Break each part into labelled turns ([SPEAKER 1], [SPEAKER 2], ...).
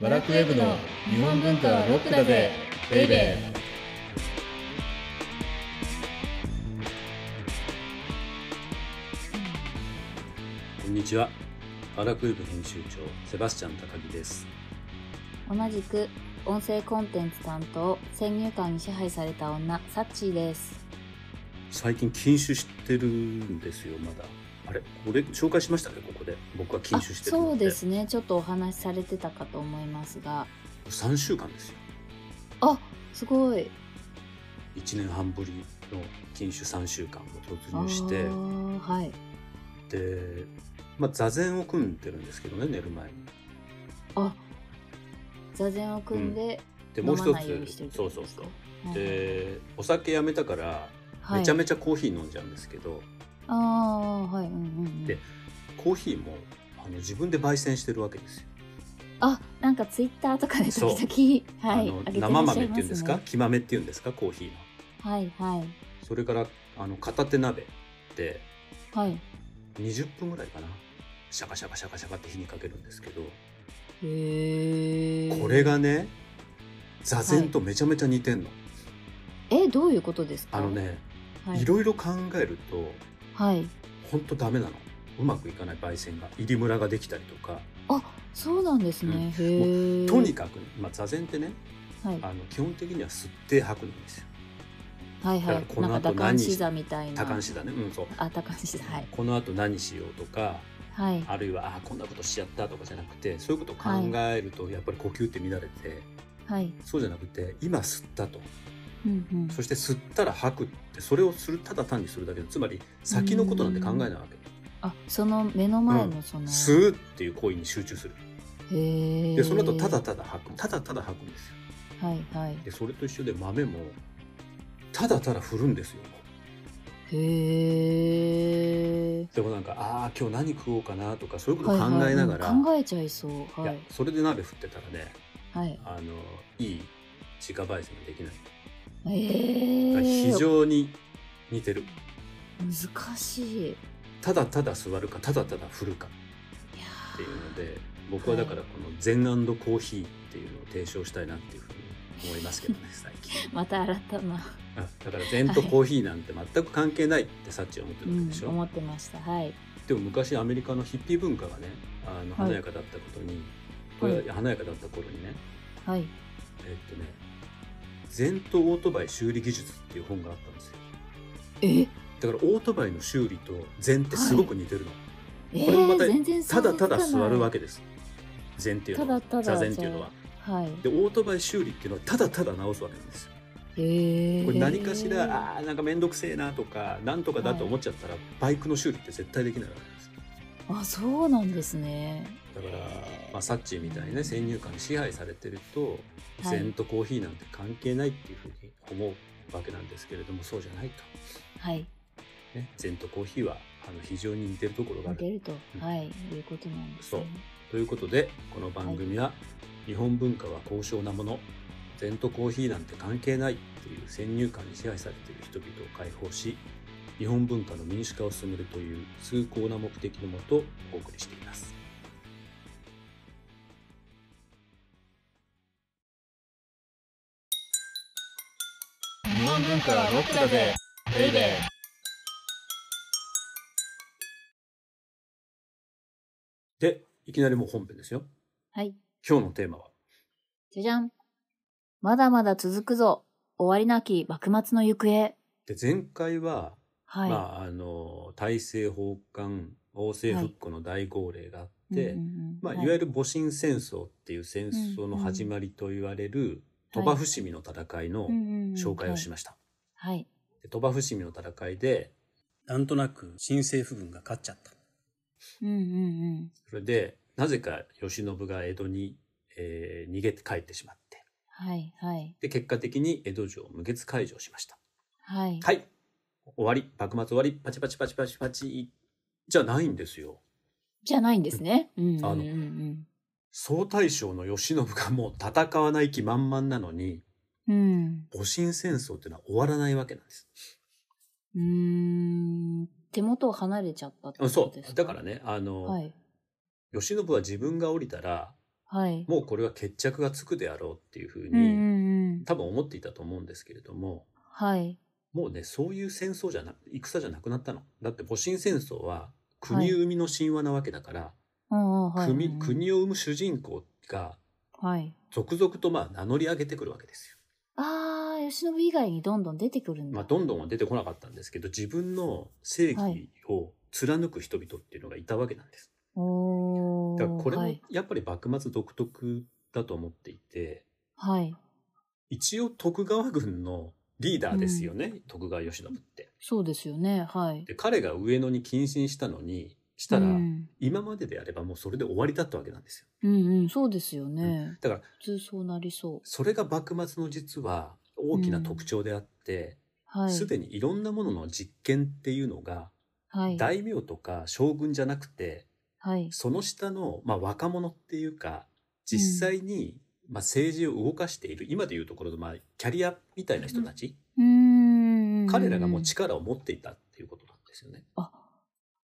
[SPEAKER 1] バラクウェブの日本文化はロックだぜベイベー
[SPEAKER 2] こんにちは。バラクイブ編集長、セバスチャン高木です。
[SPEAKER 3] 同じく音声コンテンツ担当先入観に支配された女サッチーです
[SPEAKER 2] 最近禁酒してるんですよ、まだ。あれこれ紹介しましたね、ここで。僕は禁
[SPEAKER 3] あ
[SPEAKER 2] 酒してるの
[SPEAKER 3] そうですねちょっとお話しされてたかと思いますが
[SPEAKER 2] 3週間ですよ。
[SPEAKER 3] あすごい
[SPEAKER 2] 1年半ぶりの禁酒3週間を突
[SPEAKER 3] あ
[SPEAKER 2] 入して、
[SPEAKER 3] ーはい
[SPEAKER 2] で、まあ、座禅を組んでるんですけどね、寝る前に。
[SPEAKER 3] あ座禅を組んで、
[SPEAKER 2] で、もう
[SPEAKER 3] 飲
[SPEAKER 2] 一
[SPEAKER 3] まないようにしてる
[SPEAKER 2] つ、そうそうそう。
[SPEAKER 3] う
[SPEAKER 2] で、お酒やめたから、
[SPEAKER 3] はい、
[SPEAKER 2] めちゃめちゃコーヒー飲んじゃうんですけど、
[SPEAKER 3] ああはいうんうんうん
[SPEAKER 2] でコーヒーもあの自分で焙煎してるわけですよ。
[SPEAKER 3] あなんかツイッターとかで
[SPEAKER 2] そう
[SPEAKER 3] 時々はい
[SPEAKER 2] あの
[SPEAKER 3] 上げてら
[SPEAKER 2] 生豆
[SPEAKER 3] っしゃ
[SPEAKER 2] って
[SPEAKER 3] いま
[SPEAKER 2] いうんですか
[SPEAKER 3] ね
[SPEAKER 2] 木豆っていうんですかコーヒーの
[SPEAKER 3] はいはい
[SPEAKER 2] それからあの片手鍋で
[SPEAKER 3] はい
[SPEAKER 2] 20分ぐらいかなシャカシャカシャカシャカって火にかけるんですけど
[SPEAKER 3] へえ
[SPEAKER 2] これがね座禅とめちゃめちゃ似てんの、
[SPEAKER 3] えどういうことですか
[SPEAKER 2] あのね、、
[SPEAKER 3] はいい
[SPEAKER 2] ろいろ考えると
[SPEAKER 3] はい
[SPEAKER 2] ほんとダメなのうまくいかない焙煎が入りムラができたりとか
[SPEAKER 3] そうなんです
[SPEAKER 2] うん
[SPEAKER 3] ね、へえ
[SPEAKER 2] とにかく、まあ、座禅ってね
[SPEAKER 3] はい
[SPEAKER 2] あの基本的には吸って吐くんですよ
[SPEAKER 3] はいは
[SPEAKER 2] だからこ
[SPEAKER 3] い。
[SPEAKER 2] の
[SPEAKER 3] なん
[SPEAKER 2] 後
[SPEAKER 3] か打感視座みたいな。
[SPEAKER 2] 多感視だねうんそう
[SPEAKER 3] あ、多感視座。はい。
[SPEAKER 2] このあと何しようとか
[SPEAKER 3] はい。
[SPEAKER 2] あるいはあーこんなことしちゃったとかじゃなくてそういうことを考えるとやっぱり呼吸って乱れて、
[SPEAKER 3] はい。
[SPEAKER 2] そうじゃなくて今吸ったと
[SPEAKER 3] うんうん。
[SPEAKER 2] そして吸ったら吐くってそれをするただ単にするだけでつまり先のことなんて考えないわけ
[SPEAKER 3] あ、その目の前のその。
[SPEAKER 2] 吸うっていう行為に集中する
[SPEAKER 3] へえ。
[SPEAKER 2] でその後ただ。ただ吐くただただ吐くんですよ
[SPEAKER 3] はいはい。
[SPEAKER 2] でそれと一緒で豆もただただ振るんですよ
[SPEAKER 3] へえ。
[SPEAKER 2] でもなんかああ今日何食おうかなとかそういうことを考えながら、
[SPEAKER 3] はいはいうん考えちゃいそう。はい
[SPEAKER 2] や。
[SPEAKER 3] い
[SPEAKER 2] それで鍋振ってたらね
[SPEAKER 3] はい。
[SPEAKER 2] あのいい自家焙煎ができない
[SPEAKER 3] ええ。
[SPEAKER 2] 非常に似てる
[SPEAKER 3] 難しい。いや
[SPEAKER 2] ただただ座るかただただ振るかっていうので僕はだからこの禅コーヒーっていうのを提唱したいなっていうふうに思いますけどね最近
[SPEAKER 3] ーまた新たな。
[SPEAKER 2] あだから禅とコーヒーなんて全く関係ないってサッチは思って
[SPEAKER 3] う
[SPEAKER 2] るわけ
[SPEAKER 3] ん
[SPEAKER 2] でし。ょ、
[SPEAKER 3] 思ってました。はい。
[SPEAKER 2] でも昔アメリカのヒッピー文化がねあの華やかだったことに、
[SPEAKER 3] はい
[SPEAKER 2] これ華やかだった頃にね
[SPEAKER 3] はい。
[SPEAKER 2] えっとね禅とオートバイ修理技術っていう本があったんですよ
[SPEAKER 3] え。
[SPEAKER 2] だからオートバイの修理と禅ってすごく似てるの、
[SPEAKER 3] え
[SPEAKER 2] これもま
[SPEAKER 3] ー、
[SPEAKER 2] た
[SPEAKER 3] 全然
[SPEAKER 2] ただただ座るわ
[SPEAKER 3] け。
[SPEAKER 2] けです禅っていうのは
[SPEAKER 3] ただただ
[SPEAKER 2] 座禅っていうのは
[SPEAKER 3] はい。
[SPEAKER 2] でオートバイ修理っていうのはただただ直すわけなんですよ
[SPEAKER 3] へえ。
[SPEAKER 2] これ何かしら、あーなんか面倒くせえなとかなんとかだと思っちゃったら、バイクの修理って絶対できないわけです
[SPEAKER 3] あそうなんですね
[SPEAKER 2] だから、まあ、サッチーみたいにね先入観に支配されてると
[SPEAKER 3] はい
[SPEAKER 2] 禅とコーヒーなんて関係ないっていうふうに思うわけなんですけれどもそうじゃないと、
[SPEAKER 3] はい
[SPEAKER 2] ね、禅とコーヒーはあの非常に似てるところがあ
[SPEAKER 3] 似
[SPEAKER 2] る
[SPEAKER 3] てると、
[SPEAKER 2] うん
[SPEAKER 3] はいいうことなんです、ね、
[SPEAKER 2] ということでこの番組は日本文化は高尚なもの禅とコーヒーなんて関係ないという先入観に支配されている人々を解放し日本文化の民主化を進めるという崇高な目的のもとお送りしています。
[SPEAKER 1] 日本文化はロックだぜベイベー
[SPEAKER 2] でいきなりもう本編ですよ。
[SPEAKER 3] はい
[SPEAKER 2] 今日のテーマは
[SPEAKER 3] じゃじゃんまだまだ続くぞ終わりなき幕末の行方
[SPEAKER 2] で前回は、
[SPEAKER 3] はい、
[SPEAKER 2] まあ、あの大政奉還王政復古の大号令があって、
[SPEAKER 3] うんうんうん
[SPEAKER 2] まあ、い
[SPEAKER 3] は
[SPEAKER 2] わゆる戊辰戦争っていう戦争の始まりと言われる鳥羽伏見の戦いの紹介をし
[SPEAKER 3] ま
[SPEAKER 2] ました。
[SPEAKER 3] すはい
[SPEAKER 2] で鳥羽伏見の戦いで、なんとなく新政府軍が勝っちゃった。
[SPEAKER 3] うんうん
[SPEAKER 2] それで、なぜか慶喜が江戸に、えー逃げて帰ってしまって、
[SPEAKER 3] うんはいはい
[SPEAKER 2] で、結果的に江戸城を無月解除しました。
[SPEAKER 3] はい
[SPEAKER 2] はい。終わり。幕末終わり。パチパチパチパチパチ。じゃないんですよ。
[SPEAKER 3] じゃないんですねうんうん
[SPEAKER 2] あ
[SPEAKER 3] う
[SPEAKER 2] の
[SPEAKER 3] んうん
[SPEAKER 2] 総大将の慶喜がもう戦わない気満々なのに、
[SPEAKER 3] うん
[SPEAKER 2] 戊辰戦争っていうのは終わらないわけなんです。
[SPEAKER 3] うーん手元を離れちゃったって
[SPEAKER 2] あ
[SPEAKER 3] こ
[SPEAKER 2] そ
[SPEAKER 3] とです
[SPEAKER 2] う。
[SPEAKER 3] か
[SPEAKER 2] だからね、あの、
[SPEAKER 3] はい
[SPEAKER 2] 慶喜は自分が降りたら、
[SPEAKER 3] はい。
[SPEAKER 2] もうこれは決着がつくであろうっていうふう
[SPEAKER 3] うんうん
[SPEAKER 2] に
[SPEAKER 3] うん。
[SPEAKER 2] 多分思っていたと思うんですけれども
[SPEAKER 3] はい。
[SPEAKER 2] もうねそういう戦争じゃな戦じゃなくなったのだって戊辰戦争は国生みの神話なわけだから、
[SPEAKER 3] うんうんはい。
[SPEAKER 2] 国国を生む主人公が
[SPEAKER 3] はい。
[SPEAKER 2] 続々とまあ名乗り上げてくるわけですよ。
[SPEAKER 3] ああ、吉信以外にどんどん出てくるんだ。
[SPEAKER 2] まあ、どんどんは出てこなかったんですけど自分の正
[SPEAKER 3] はい
[SPEAKER 2] 義を貫く人々っていうのがいたわけなんです。
[SPEAKER 3] おお。
[SPEAKER 2] だからこれ
[SPEAKER 3] は
[SPEAKER 2] も
[SPEAKER 3] い。
[SPEAKER 2] やっぱり幕末独特だと思っていて
[SPEAKER 3] はい。
[SPEAKER 2] 一応徳川軍のリーダーですよね、徳川慶喜って。
[SPEAKER 3] そうですよね。はい。
[SPEAKER 2] で彼が上野に謹慎したのにしたら、
[SPEAKER 3] うん、
[SPEAKER 2] 今までであればもうそれで終わりだったわけなんですよ。
[SPEAKER 3] うんうん、そうですよね。
[SPEAKER 2] だから
[SPEAKER 3] 普通そうなりそ
[SPEAKER 2] それが幕末の実は大きな特徴であって
[SPEAKER 3] う。はい。
[SPEAKER 2] すで、にいろんなものの実験っていうのが、
[SPEAKER 3] はい。
[SPEAKER 2] 大名とか将軍じゃなくて
[SPEAKER 3] はい。
[SPEAKER 2] その下の、まあ、若者っていうか実際に、まあ、政治を動かしている今でいうところの、まあ、キャリアみたいな人たち、
[SPEAKER 3] うーん。
[SPEAKER 2] 彼らがもう力を持っていたっていうことなんですよね。
[SPEAKER 3] あ、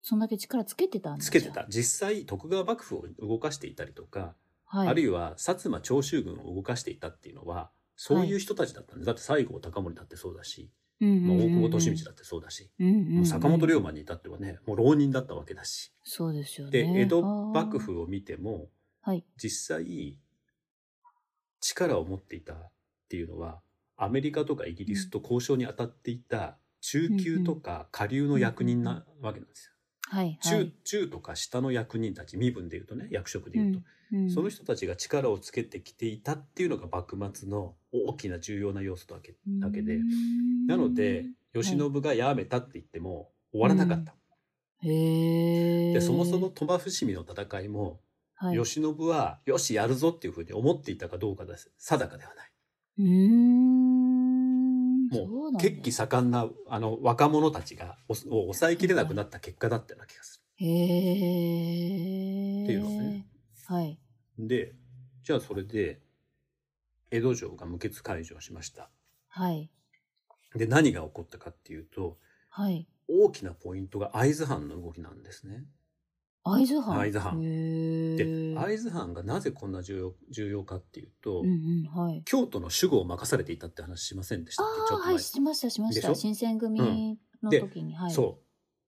[SPEAKER 3] そんだけ力つけてたんだ
[SPEAKER 2] つけて。た実際徳川幕府を動かしていたりとか、
[SPEAKER 3] はい。
[SPEAKER 2] あるいは薩摩長州軍を動かしていたっていうのはそういう人たちだったんで、だって西郷隆盛だってそうだし、
[SPEAKER 3] うん
[SPEAKER 2] まあ、大久保
[SPEAKER 3] 利
[SPEAKER 2] 利通だってそうだし、
[SPEAKER 3] うんうんうん、
[SPEAKER 2] もう坂本龍馬に至ってはねもう浪人だったわけだし。
[SPEAKER 3] そうですよね。
[SPEAKER 2] で、江戸
[SPEAKER 3] あー
[SPEAKER 2] 幕。府を見ても、
[SPEAKER 3] はい
[SPEAKER 2] 実際力を持っていたっていうのはアメリカとかイギリスと交渉に当たっていた中級とか下流の役人なわけなんですよ。
[SPEAKER 3] はい、
[SPEAKER 2] 中,、
[SPEAKER 3] はい。
[SPEAKER 2] 中とか下の役人たち身分でいうとね役職でいうと、
[SPEAKER 3] うん
[SPEAKER 2] その人たちが力をつけてきていたっていうのが幕末の大きな重要な要素だけだけで、、なので慶喜がやめたって言っても終わらなかった。
[SPEAKER 3] うん、へえ。
[SPEAKER 2] でそもそも、鳥羽伏見の戦いも
[SPEAKER 3] はい、
[SPEAKER 2] 慶喜はよしやるぞっていうふうに思っていたかどうかです定かではないう
[SPEAKER 3] ーん。
[SPEAKER 2] もう
[SPEAKER 3] そうなんだ
[SPEAKER 2] 血気盛んなあの若者たちがおを抑えきれなくなった結果だったような気がす
[SPEAKER 3] へえ。
[SPEAKER 2] っていうのね。
[SPEAKER 3] はい。
[SPEAKER 2] る。でじゃあそれで江戸城が無血開城しました。
[SPEAKER 3] はい。
[SPEAKER 2] で何が起こったかっていうと
[SPEAKER 3] はい。
[SPEAKER 2] 大きなポイントが会津藩の動きなんですね。
[SPEAKER 3] 会津藩。
[SPEAKER 2] 会津藩
[SPEAKER 3] へ
[SPEAKER 2] で
[SPEAKER 3] ー
[SPEAKER 2] 会津藩がなぜこんな重要重要かっていうと、
[SPEAKER 3] うんうん、はい。
[SPEAKER 2] 京都の守護を任されていたって話しませんでし
[SPEAKER 3] あ
[SPEAKER 2] たっけち
[SPEAKER 3] あ
[SPEAKER 2] ょっと前
[SPEAKER 3] ー、
[SPEAKER 2] に
[SPEAKER 3] はい、しました、しまし
[SPEAKER 2] で
[SPEAKER 3] た。
[SPEAKER 2] しょ
[SPEAKER 3] 新選組の
[SPEAKER 2] で
[SPEAKER 3] 時に、はい。
[SPEAKER 2] そ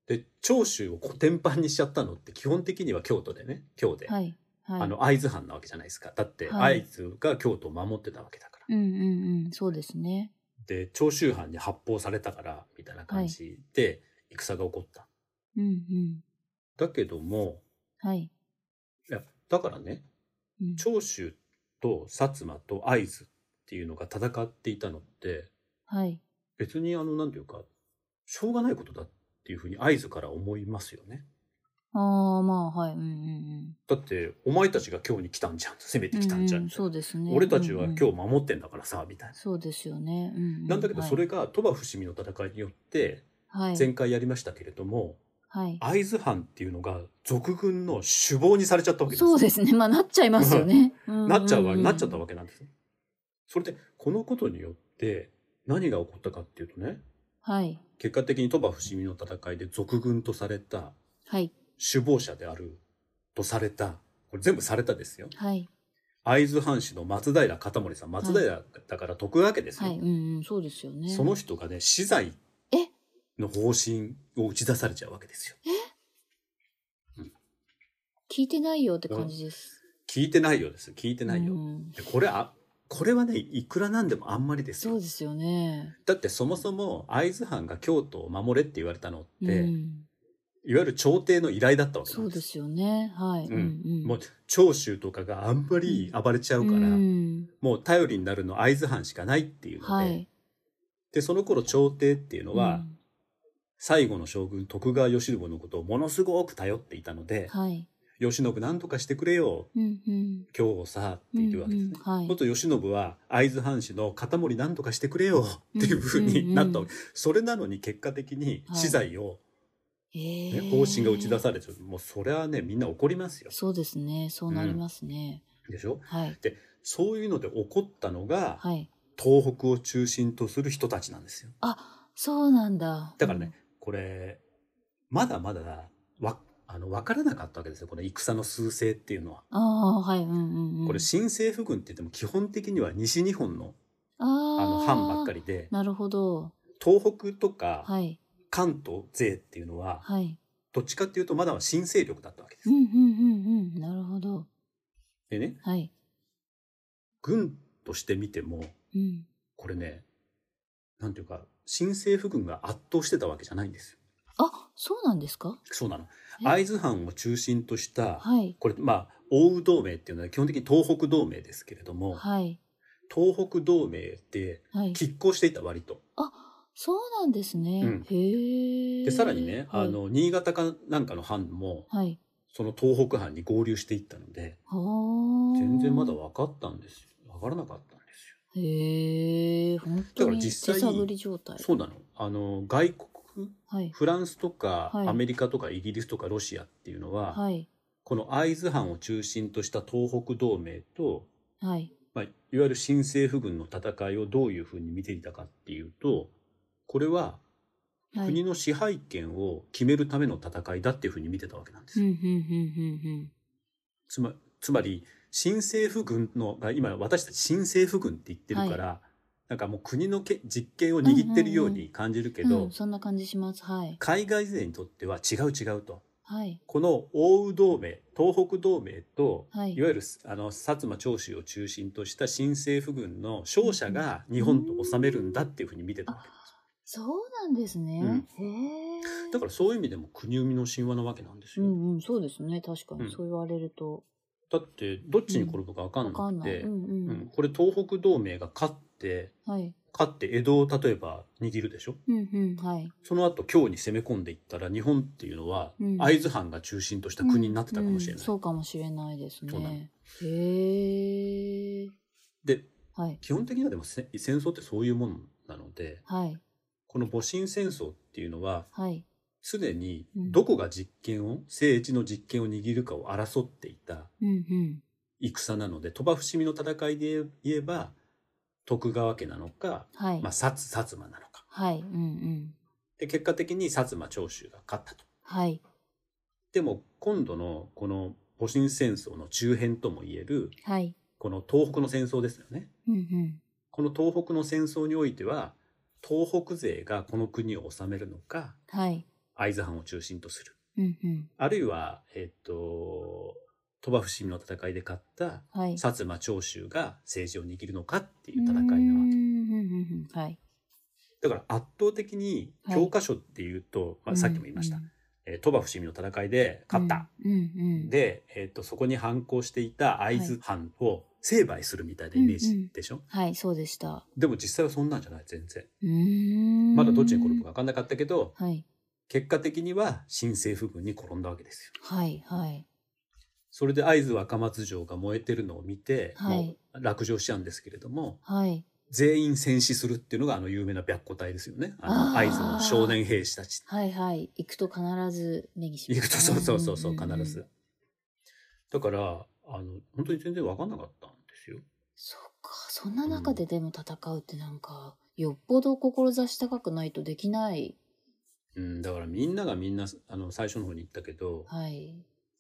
[SPEAKER 2] う。で、長州をコテンパンにしちゃったのって基本的には京都でね、京で、
[SPEAKER 3] はい。はい。
[SPEAKER 2] あの会津藩なわけじゃないですか。だって
[SPEAKER 3] はい
[SPEAKER 2] 会津が京都を守ってたわけだから。
[SPEAKER 3] うんうんうん、そうですね。
[SPEAKER 2] で、長州藩に発砲されたからみたいな感じで戦が起こった。
[SPEAKER 3] うんうん。
[SPEAKER 2] だけども、
[SPEAKER 3] はい。
[SPEAKER 2] いやだからね、
[SPEAKER 3] うん
[SPEAKER 2] 長州と薩摩と会津っていうのが戦っていたのって、
[SPEAKER 3] はい。
[SPEAKER 2] 別にあの、なんていうか、しょうがないことだっていうふうに会津から思いますよね。
[SPEAKER 3] ああ、まあ、はい。うんうん
[SPEAKER 2] だって、お前たちが京に来たんじゃん、攻め
[SPEAKER 3] う
[SPEAKER 2] て
[SPEAKER 3] ん。
[SPEAKER 2] きたんじゃん。
[SPEAKER 3] ううそうですね。
[SPEAKER 2] 俺たちは
[SPEAKER 3] うんうん
[SPEAKER 2] 今日守ってんだからさみたいな。
[SPEAKER 3] そうですよね。うんうん、
[SPEAKER 2] なんだけど
[SPEAKER 3] はい
[SPEAKER 2] それが鳥羽伏見の戦いによって
[SPEAKER 3] はい。
[SPEAKER 2] 前回やりましたけれども
[SPEAKER 3] はい。
[SPEAKER 2] 会津藩っていうのが賊軍の首謀にされちゃったわけです
[SPEAKER 3] そうですね。まあ、なっちゃいますよね。
[SPEAKER 2] なっちゃうわ
[SPEAKER 3] んん
[SPEAKER 2] なっちゃったわけなんですよ。それでこのことによって何が起こったかっていうとね
[SPEAKER 3] はい。
[SPEAKER 2] 結果的に鳥羽伏見の戦いで賊軍とされた
[SPEAKER 3] はい。
[SPEAKER 2] 首謀者であるとされたこれ全部されたですよ
[SPEAKER 3] はい。
[SPEAKER 2] 会津藩士の松平片森さん松平だから徳川家です
[SPEAKER 3] は
[SPEAKER 2] よ。
[SPEAKER 3] い。うんうん、そうですよね。
[SPEAKER 2] その人がね、資材
[SPEAKER 3] え
[SPEAKER 2] の方針を打ち出されちゃうわけですよ。
[SPEAKER 3] 聞いてないよって感じです。
[SPEAKER 2] 聞いてないようです。聞いてないよ。
[SPEAKER 3] うん
[SPEAKER 2] でこれあ、これはね、いくらなんでもあんまりです
[SPEAKER 3] そう
[SPEAKER 2] よ。
[SPEAKER 3] ですよね。
[SPEAKER 2] だってそもそも会津藩が京都を守れって言われたのって、
[SPEAKER 3] うん、
[SPEAKER 2] いわゆる朝廷の依頼だったわけな
[SPEAKER 3] そ
[SPEAKER 2] ん
[SPEAKER 3] う
[SPEAKER 2] で。
[SPEAKER 3] ですすよね。はい。
[SPEAKER 2] うん
[SPEAKER 3] うん、
[SPEAKER 2] もう長州とかがあんまり暴れちゃ
[SPEAKER 3] う、
[SPEAKER 2] うんから、
[SPEAKER 3] うん、
[SPEAKER 2] もう頼りになるの会津藩しかないっていうので、
[SPEAKER 3] はい。
[SPEAKER 2] で、その頃朝廷っていうのは、
[SPEAKER 3] うん
[SPEAKER 2] 最後の将軍徳川慶喜のことをものすごく頼っていたので、
[SPEAKER 3] はい。
[SPEAKER 2] 慶喜なんとかしてくれよ
[SPEAKER 3] うんうん。
[SPEAKER 2] 今日さって言ってるわけですね。
[SPEAKER 3] うんうんはい。
[SPEAKER 2] 元慶喜は会津藩士の片森なんとかしてくれよっていうふうになったわけ、それなのに結果的に
[SPEAKER 3] はい
[SPEAKER 2] 資材を、
[SPEAKER 3] え
[SPEAKER 2] ね
[SPEAKER 3] え
[SPEAKER 2] 方針が打ち出されてるもうそれはねみんな怒りますよ
[SPEAKER 3] そうですね。そうなりますね。
[SPEAKER 2] でしょ
[SPEAKER 3] はい。
[SPEAKER 2] そういうので怒ったのが、
[SPEAKER 3] はい。
[SPEAKER 2] 東北を中心とする人たちなんですよ
[SPEAKER 3] そうなんだ。
[SPEAKER 2] だからね、これまだまだわああの、わからなかったわけですよ。この戦の趨勢っていうのは。
[SPEAKER 3] ああ、はい、うんうんうん。
[SPEAKER 2] これ、新政府軍って言っても基本的には西日本の
[SPEAKER 3] あ
[SPEAKER 2] あの
[SPEAKER 3] の
[SPEAKER 2] 藩ばっかりで、
[SPEAKER 3] なるほど。
[SPEAKER 2] 東北とか
[SPEAKER 3] はい、
[SPEAKER 2] 関東勢っていうのは、
[SPEAKER 3] はい。
[SPEAKER 2] どっちかっていうとまだは新勢力だったわけで
[SPEAKER 3] う
[SPEAKER 2] す
[SPEAKER 3] ん。うんうんうん。なるほど。
[SPEAKER 2] でね、
[SPEAKER 3] はい。
[SPEAKER 2] 軍として見ても、
[SPEAKER 3] うん。
[SPEAKER 2] これね、なんていうか、新政府軍が圧倒してたわけじゃないんですよ。
[SPEAKER 3] あ、そうなんですか
[SPEAKER 2] そうなの。
[SPEAKER 3] え
[SPEAKER 2] 会津藩を中心とした、
[SPEAKER 3] はい。
[SPEAKER 2] これ、まあ、奥羽同盟っていうのは基本的に東北同盟ですけれども、
[SPEAKER 3] はい。
[SPEAKER 2] 東北同盟って
[SPEAKER 3] はい。
[SPEAKER 2] 拮抗していた割と。
[SPEAKER 3] そうなんですね。
[SPEAKER 2] うん
[SPEAKER 3] へえ。
[SPEAKER 2] で、さらにね、
[SPEAKER 3] はい、
[SPEAKER 2] あ、の、新潟かなんかの藩も、
[SPEAKER 3] はい。
[SPEAKER 2] その東北藩に合流していったので、
[SPEAKER 3] はあ。
[SPEAKER 2] 全然まだ分かったんですよ。分からなかったんですよ。
[SPEAKER 3] へえ、本
[SPEAKER 2] だ
[SPEAKER 3] 当
[SPEAKER 2] から
[SPEAKER 3] に手
[SPEAKER 2] 実際
[SPEAKER 3] 探り状態。
[SPEAKER 2] そうなの。あの、外国、
[SPEAKER 3] はい。
[SPEAKER 2] フランスとか、
[SPEAKER 3] はい
[SPEAKER 2] アメリカとかイギリスとかロシアっていうのは、
[SPEAKER 3] はい。
[SPEAKER 2] この会津藩を中心とした東北同盟と、
[SPEAKER 3] はい。
[SPEAKER 2] まあ、いわゆる新政府軍の戦いをどういうふうに見ていたかっていうと、これは
[SPEAKER 3] はい。
[SPEAKER 2] 国の支配権を決めるための戦いだっていうふうに見てたわけなんです。
[SPEAKER 3] うん、うん、うん、
[SPEAKER 2] つまつまり新政府軍のが今私たち新政府軍って言ってるから、なんかもう国のけ実権を握ってるように感じるけ
[SPEAKER 3] うん、
[SPEAKER 2] ど、
[SPEAKER 3] うん。うん、そんな感じします。はい。
[SPEAKER 2] 海外勢にとっては違う違うと。
[SPEAKER 3] はい。
[SPEAKER 2] この奥羽同盟東北同盟と、
[SPEAKER 3] はい
[SPEAKER 2] い、わゆるあの薩摩長州を中心とした新政府軍の勝者が日本と治めるんだっていうふうに見てたわけです。
[SPEAKER 3] そうなんですね。へえ。
[SPEAKER 2] だからそういう意味でも国生みの神話なわけなんです
[SPEAKER 3] う
[SPEAKER 2] よ。
[SPEAKER 3] んうん、そうですね。確か
[SPEAKER 2] う
[SPEAKER 3] に。
[SPEAKER 2] ん
[SPEAKER 3] そう言われると。
[SPEAKER 2] だってどっちに転ぶか分か
[SPEAKER 3] わか
[SPEAKER 2] ん
[SPEAKER 3] ん
[SPEAKER 2] なく
[SPEAKER 3] ない。
[SPEAKER 2] て、
[SPEAKER 3] うんうん。
[SPEAKER 2] うんこれ東北同盟が勝って
[SPEAKER 3] はい。
[SPEAKER 2] 勝って江戸を例えば握るでしょ
[SPEAKER 3] うんうん。はい。
[SPEAKER 2] その後京に攻め込んでいったら日本っていうのは
[SPEAKER 3] うん
[SPEAKER 2] 会津藩が中心とした国になってたかもしれ
[SPEAKER 3] うんう
[SPEAKER 2] なんい、
[SPEAKER 3] そうかもしれないです
[SPEAKER 2] そうなの
[SPEAKER 3] ね。へえ。
[SPEAKER 2] で
[SPEAKER 3] はい。
[SPEAKER 2] 基本的にはでもせ戦争ってそういうものなので
[SPEAKER 3] はい。
[SPEAKER 2] この戊辰戦争っていうのは
[SPEAKER 3] はい。
[SPEAKER 2] 常に
[SPEAKER 3] うん
[SPEAKER 2] どこが実権を政治の実権を握るかを争っていた
[SPEAKER 3] うんうん。
[SPEAKER 2] 戦なので鳥羽伏見の戦いで言えば徳川家なのか、
[SPEAKER 3] はい。
[SPEAKER 2] まあ、薩薩摩なのか
[SPEAKER 3] はい。うんうん。
[SPEAKER 2] で結果的に薩摩長州が勝ったと。
[SPEAKER 3] はい。
[SPEAKER 2] でも今度のこの戊辰戦争の中編とも言える
[SPEAKER 3] はい。
[SPEAKER 2] この東北の戦争ですよね。
[SPEAKER 3] うんうん。
[SPEAKER 2] この東北の戦争においては東北勢がこの国を治めるのか
[SPEAKER 3] はい。
[SPEAKER 2] 会津藩を中心とする
[SPEAKER 3] うんうん。
[SPEAKER 2] あるいはえっ、と鳥羽伏見の戦いで勝った
[SPEAKER 3] はい。
[SPEAKER 2] 薩摩長州が政治を握るのかっていう
[SPEAKER 3] う
[SPEAKER 2] 戦い
[SPEAKER 3] ーん
[SPEAKER 2] な
[SPEAKER 3] う
[SPEAKER 2] わ
[SPEAKER 3] ん
[SPEAKER 2] け
[SPEAKER 3] うんうん。はい。
[SPEAKER 2] だから圧倒的に
[SPEAKER 3] はい
[SPEAKER 2] 教科書っていうと、まあ、さっきも言いました
[SPEAKER 3] うんうん
[SPEAKER 2] えー鳥羽、伏見の戦いで勝った、。
[SPEAKER 3] うんうん。、
[SPEAKER 2] で、えっとそこに反抗していた会津藩を成敗するみたいなイメージでしょ、
[SPEAKER 3] はい、そうでした。
[SPEAKER 2] でも実際はそんなんじゃない全然
[SPEAKER 3] うーん。
[SPEAKER 2] まだどっちに転ぶか分かんなかったけど、
[SPEAKER 3] はい。
[SPEAKER 2] 結果的には新政府軍に転んだわけですよ。
[SPEAKER 3] はい。はい。
[SPEAKER 2] それで会津若松城が燃えてるのを見て、
[SPEAKER 3] はい
[SPEAKER 2] もう落城しちゃうんですけれども
[SPEAKER 3] はい。
[SPEAKER 2] 全員戦死するっていうのがあの有名な白虎隊ですよねあの
[SPEAKER 3] あー
[SPEAKER 2] 会津の少年兵士たち
[SPEAKER 3] はい。はい。行くと必ずネギします
[SPEAKER 2] 行くとそうそうそうそうん
[SPEAKER 3] んん
[SPEAKER 2] 必ず。だからあの本当に全然分かんなかったんですよ。
[SPEAKER 3] そっか。そんな中ででも戦うってなんか、よっぽど志高くないとできない。
[SPEAKER 2] うん、だからみんながみんなあの最初の方に言ったけど
[SPEAKER 3] はい。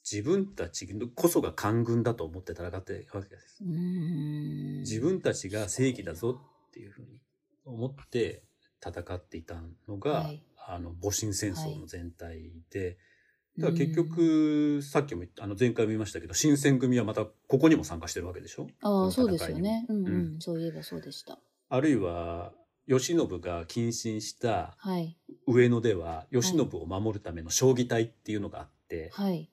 [SPEAKER 2] 自分たちこそが官軍だと思って戦ってるわけです。
[SPEAKER 3] うーん。
[SPEAKER 2] 自分たちが正義だぞっていうふうに思って戦っていたのが、
[SPEAKER 3] はい
[SPEAKER 2] あの戊辰戦争の全体で、
[SPEAKER 3] うん。
[SPEAKER 2] だから結局さっきも言ったあの前回も言いましたけど新選組はまたここにも参加してるわけでしょ
[SPEAKER 3] あ
[SPEAKER 2] の
[SPEAKER 3] あ、
[SPEAKER 2] 戦い
[SPEAKER 3] そう
[SPEAKER 2] に
[SPEAKER 3] ですよね。うん
[SPEAKER 2] う
[SPEAKER 3] うん。そういえばそうでした。
[SPEAKER 2] あるいは慶喜が謹慎した
[SPEAKER 3] はい。
[SPEAKER 2] 上野では慶喜を守るための将棋隊っていうのがあって、
[SPEAKER 3] はい。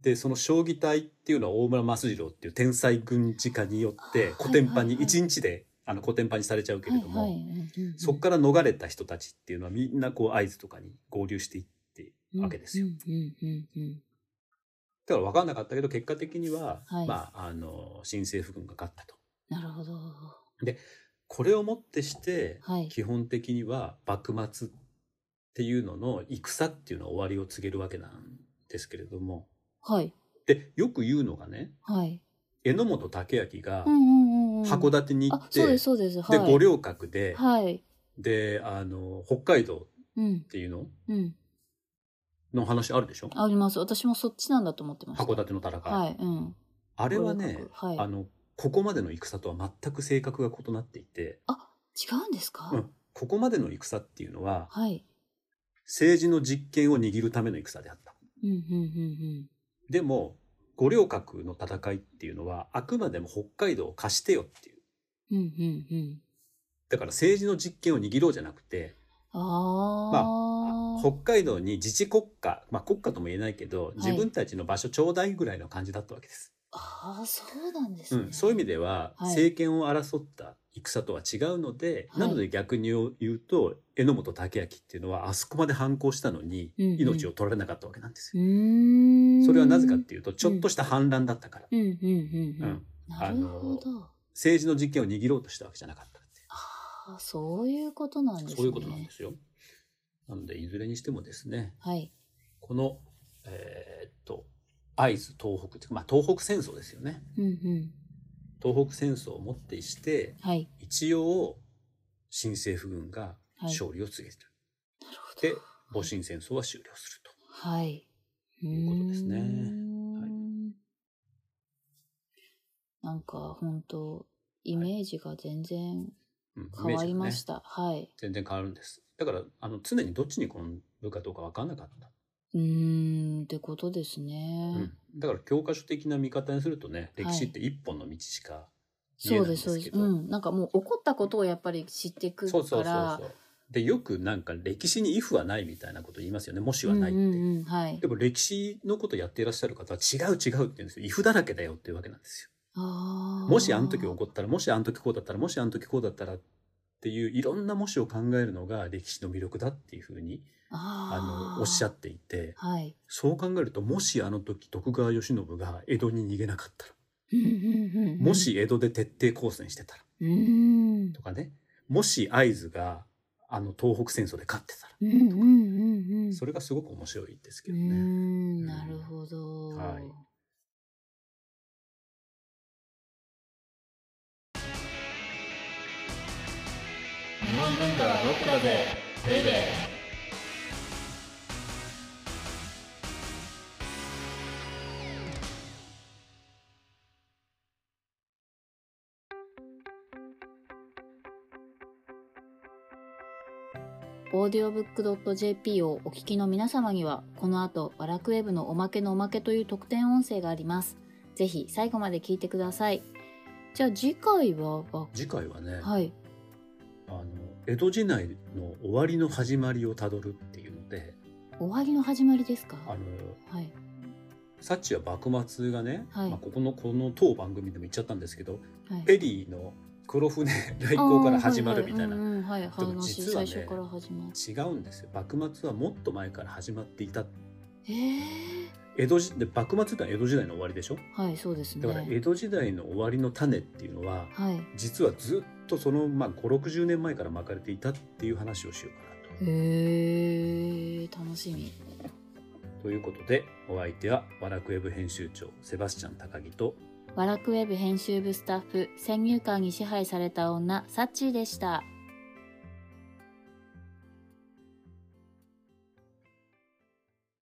[SPEAKER 2] でその将棋隊っていうのは大村益次郎っていう天才軍事家によって
[SPEAKER 3] あ
[SPEAKER 2] コテンパンに
[SPEAKER 3] はいはいはい
[SPEAKER 2] 一日であのコテンパンにされちゃうけれども、
[SPEAKER 3] はいはいうんうんうん
[SPEAKER 2] そこから逃れた人たちっていうのはみんなこう合図とかに合流していってわけですよ。
[SPEAKER 3] うんうんうんうん
[SPEAKER 2] だから分かんなかったけど結果的には、
[SPEAKER 3] はい
[SPEAKER 2] まああの新政府軍が勝ったと。
[SPEAKER 3] なるほど。
[SPEAKER 2] これをもってして、
[SPEAKER 3] はい。
[SPEAKER 2] 基本的には幕末っていうのの戦っていうのは終わりを告げるわけなんですけれども。
[SPEAKER 3] はい。
[SPEAKER 2] でよく言うのがね
[SPEAKER 3] はい。
[SPEAKER 2] 榎本武明が
[SPEAKER 3] うんうんうんうん。
[SPEAKER 2] 函
[SPEAKER 3] 館
[SPEAKER 2] 館に行
[SPEAKER 3] あ
[SPEAKER 2] っ、て、
[SPEAKER 3] そうです、そうです。は
[SPEAKER 2] で
[SPEAKER 3] い。
[SPEAKER 2] 五稜郭で、
[SPEAKER 3] はい。
[SPEAKER 2] であの北海道
[SPEAKER 3] うん
[SPEAKER 2] っ。ていうの
[SPEAKER 3] うん。
[SPEAKER 2] の話あるでしょ
[SPEAKER 3] あります。私もそっちなんだと思ってました。
[SPEAKER 2] 函館の戦い、
[SPEAKER 3] はい、うん。
[SPEAKER 2] あ
[SPEAKER 3] あ
[SPEAKER 2] れはね、
[SPEAKER 3] はい。
[SPEAKER 2] あのここまでの戦とは全く性格が異なっていて、
[SPEAKER 3] 違うんですか、
[SPEAKER 2] うん、ここまでの戦っていうのは
[SPEAKER 3] はい。
[SPEAKER 2] 政治の実権を握るための戦であった
[SPEAKER 3] うん、うん、うん、
[SPEAKER 2] でも五稜郭の戦いっていうのはあくまでも北海道を貸してよっていう
[SPEAKER 3] うん。うん、うん、うん。
[SPEAKER 2] だから政治の実権を握ろうじゃなくて
[SPEAKER 3] ああ。
[SPEAKER 2] 北海道に自治国家、まあ、国家とも言えないけど
[SPEAKER 3] い
[SPEAKER 2] 自分たちの場所ちょうだいぐらいの感じだったわけです、
[SPEAKER 3] ああ、そうなんですね。
[SPEAKER 2] うん、そういう意味では
[SPEAKER 3] はい
[SPEAKER 2] 政権を争った戦とは違うので、
[SPEAKER 3] はい
[SPEAKER 2] なので逆に言うと榎本武明っていうのはあそこまで反抗したのに
[SPEAKER 3] うんうん
[SPEAKER 2] 命を取られなかったわけなんです
[SPEAKER 3] う
[SPEAKER 2] よ、
[SPEAKER 3] ーん。
[SPEAKER 2] それはなぜかっていうとちょっとした反乱だったから、
[SPEAKER 3] うん、うん、うん、う
[SPEAKER 2] うん
[SPEAKER 3] ん。なるほど。
[SPEAKER 2] 政治の実権を握ろうとしたわけじゃなかったって
[SPEAKER 3] ああ、そういうことなんですね。
[SPEAKER 2] そういうことなんですよ。なのでいずれにしてもですね
[SPEAKER 3] はい。
[SPEAKER 2] この、えーっと会津東北っていうか、まあ、東北戦争ですよね
[SPEAKER 3] うん、うん。
[SPEAKER 2] 東北戦争をもってして
[SPEAKER 3] はい。
[SPEAKER 2] 一応新政府軍が
[SPEAKER 3] はい。
[SPEAKER 2] 勝利を告げてる、
[SPEAKER 3] なるほど。
[SPEAKER 2] で戊辰戦争は終了すると。
[SPEAKER 3] はい。と
[SPEAKER 2] いうことですねはい
[SPEAKER 3] なんか本当イメージが全然
[SPEAKER 2] うん
[SPEAKER 3] 変わりま
[SPEAKER 2] イメージ
[SPEAKER 3] し
[SPEAKER 2] がね、
[SPEAKER 3] た。はい。
[SPEAKER 2] 全然変わるんですだからあの常にどっちに転ぶかどうか分かんなかった、
[SPEAKER 3] うーんってことですね。
[SPEAKER 2] うんだから教科書的な見方にするとね
[SPEAKER 3] はい
[SPEAKER 2] 歴史って一本の道しか、
[SPEAKER 3] そうです
[SPEAKER 2] 見え
[SPEAKER 3] そう
[SPEAKER 2] ないん
[SPEAKER 3] で
[SPEAKER 2] ですけ
[SPEAKER 3] す。
[SPEAKER 2] ど
[SPEAKER 3] うん。なんかもう起こったことをやっぱり知ってく
[SPEAKER 2] そうそ
[SPEAKER 3] か
[SPEAKER 2] うそう
[SPEAKER 3] ら
[SPEAKER 2] そ、うでよくなんか歴史に「if はないみたいなこと言いますよね「もしは
[SPEAKER 3] うん
[SPEAKER 2] ない」って、
[SPEAKER 3] うんうんはい
[SPEAKER 2] で。も歴史のことやっていらっしゃる方は違う違うって言うんですよ。イフだらけだよっていうわけなんです
[SPEAKER 3] あ
[SPEAKER 2] よ。
[SPEAKER 3] ー
[SPEAKER 2] もしあの時起こったら、もしあの時こうだったら、もしあの時こうだったらっていういろんなもしを考えるのが歴史の魅力だっていうふうにあ
[SPEAKER 3] あ
[SPEAKER 2] のおっしゃ
[SPEAKER 3] て。
[SPEAKER 2] っていて、
[SPEAKER 3] はい。
[SPEAKER 2] そう考えると、もしあの時徳川慶喜が江戸に逃げなかったら、
[SPEAKER 3] うんうんうんうん
[SPEAKER 2] も。し江戸で徹底抗戦してたら
[SPEAKER 3] うーん。
[SPEAKER 2] とかね、もし会津があの東北戦争で勝ってたら、
[SPEAKER 3] うんうんうんうん。
[SPEAKER 2] それがすごく面白いですけ
[SPEAKER 3] うー
[SPEAKER 2] どね。
[SPEAKER 3] ん、
[SPEAKER 2] ん
[SPEAKER 3] なるほど。
[SPEAKER 2] はい
[SPEAKER 1] 日本文化はロックだぜベイベー
[SPEAKER 3] オーディオブックドット JP をお聞きの皆様には、この後、ワラクウェブのおまけのおまけという特典音声があります。ぜひ最後まで聞いてください。じゃあ次回は、あ
[SPEAKER 2] 次回はね、
[SPEAKER 3] はい。
[SPEAKER 2] あの江戸時代の終わりの始まりをたどるっていうので
[SPEAKER 3] 終わりの始まりですか
[SPEAKER 2] あの
[SPEAKER 3] はい。
[SPEAKER 2] サッチは幕末がね、
[SPEAKER 3] はい
[SPEAKER 2] まあ、ここのこの当番組でも言っちゃったんですけど
[SPEAKER 3] はい。
[SPEAKER 2] ペリーの黒船来航から始まるみたいな、
[SPEAKER 3] あーはいはいうんうんはい、
[SPEAKER 2] でも
[SPEAKER 3] 話、
[SPEAKER 2] 実は
[SPEAKER 3] 最
[SPEAKER 2] ね
[SPEAKER 3] 初から始まる。
[SPEAKER 2] 違うんですよ幕末はもっと前から始まっていた
[SPEAKER 3] えー、
[SPEAKER 2] 江戸時で幕末ってのは江戸時代の終わりでしょ
[SPEAKER 3] はい、そうですね。
[SPEAKER 2] だから江戸時代の終わりの種っていうのは
[SPEAKER 3] はい。
[SPEAKER 2] 実はずっとその、まあ、560年前から巻かれていたっていう話をしようかなと。
[SPEAKER 3] えー、楽しみ。
[SPEAKER 2] ということでお相手はワラクウェブ編集長セバスチャン高木と
[SPEAKER 3] ワラクウェブ編集部スタッフ、先入観に支配された女、サッチーでした。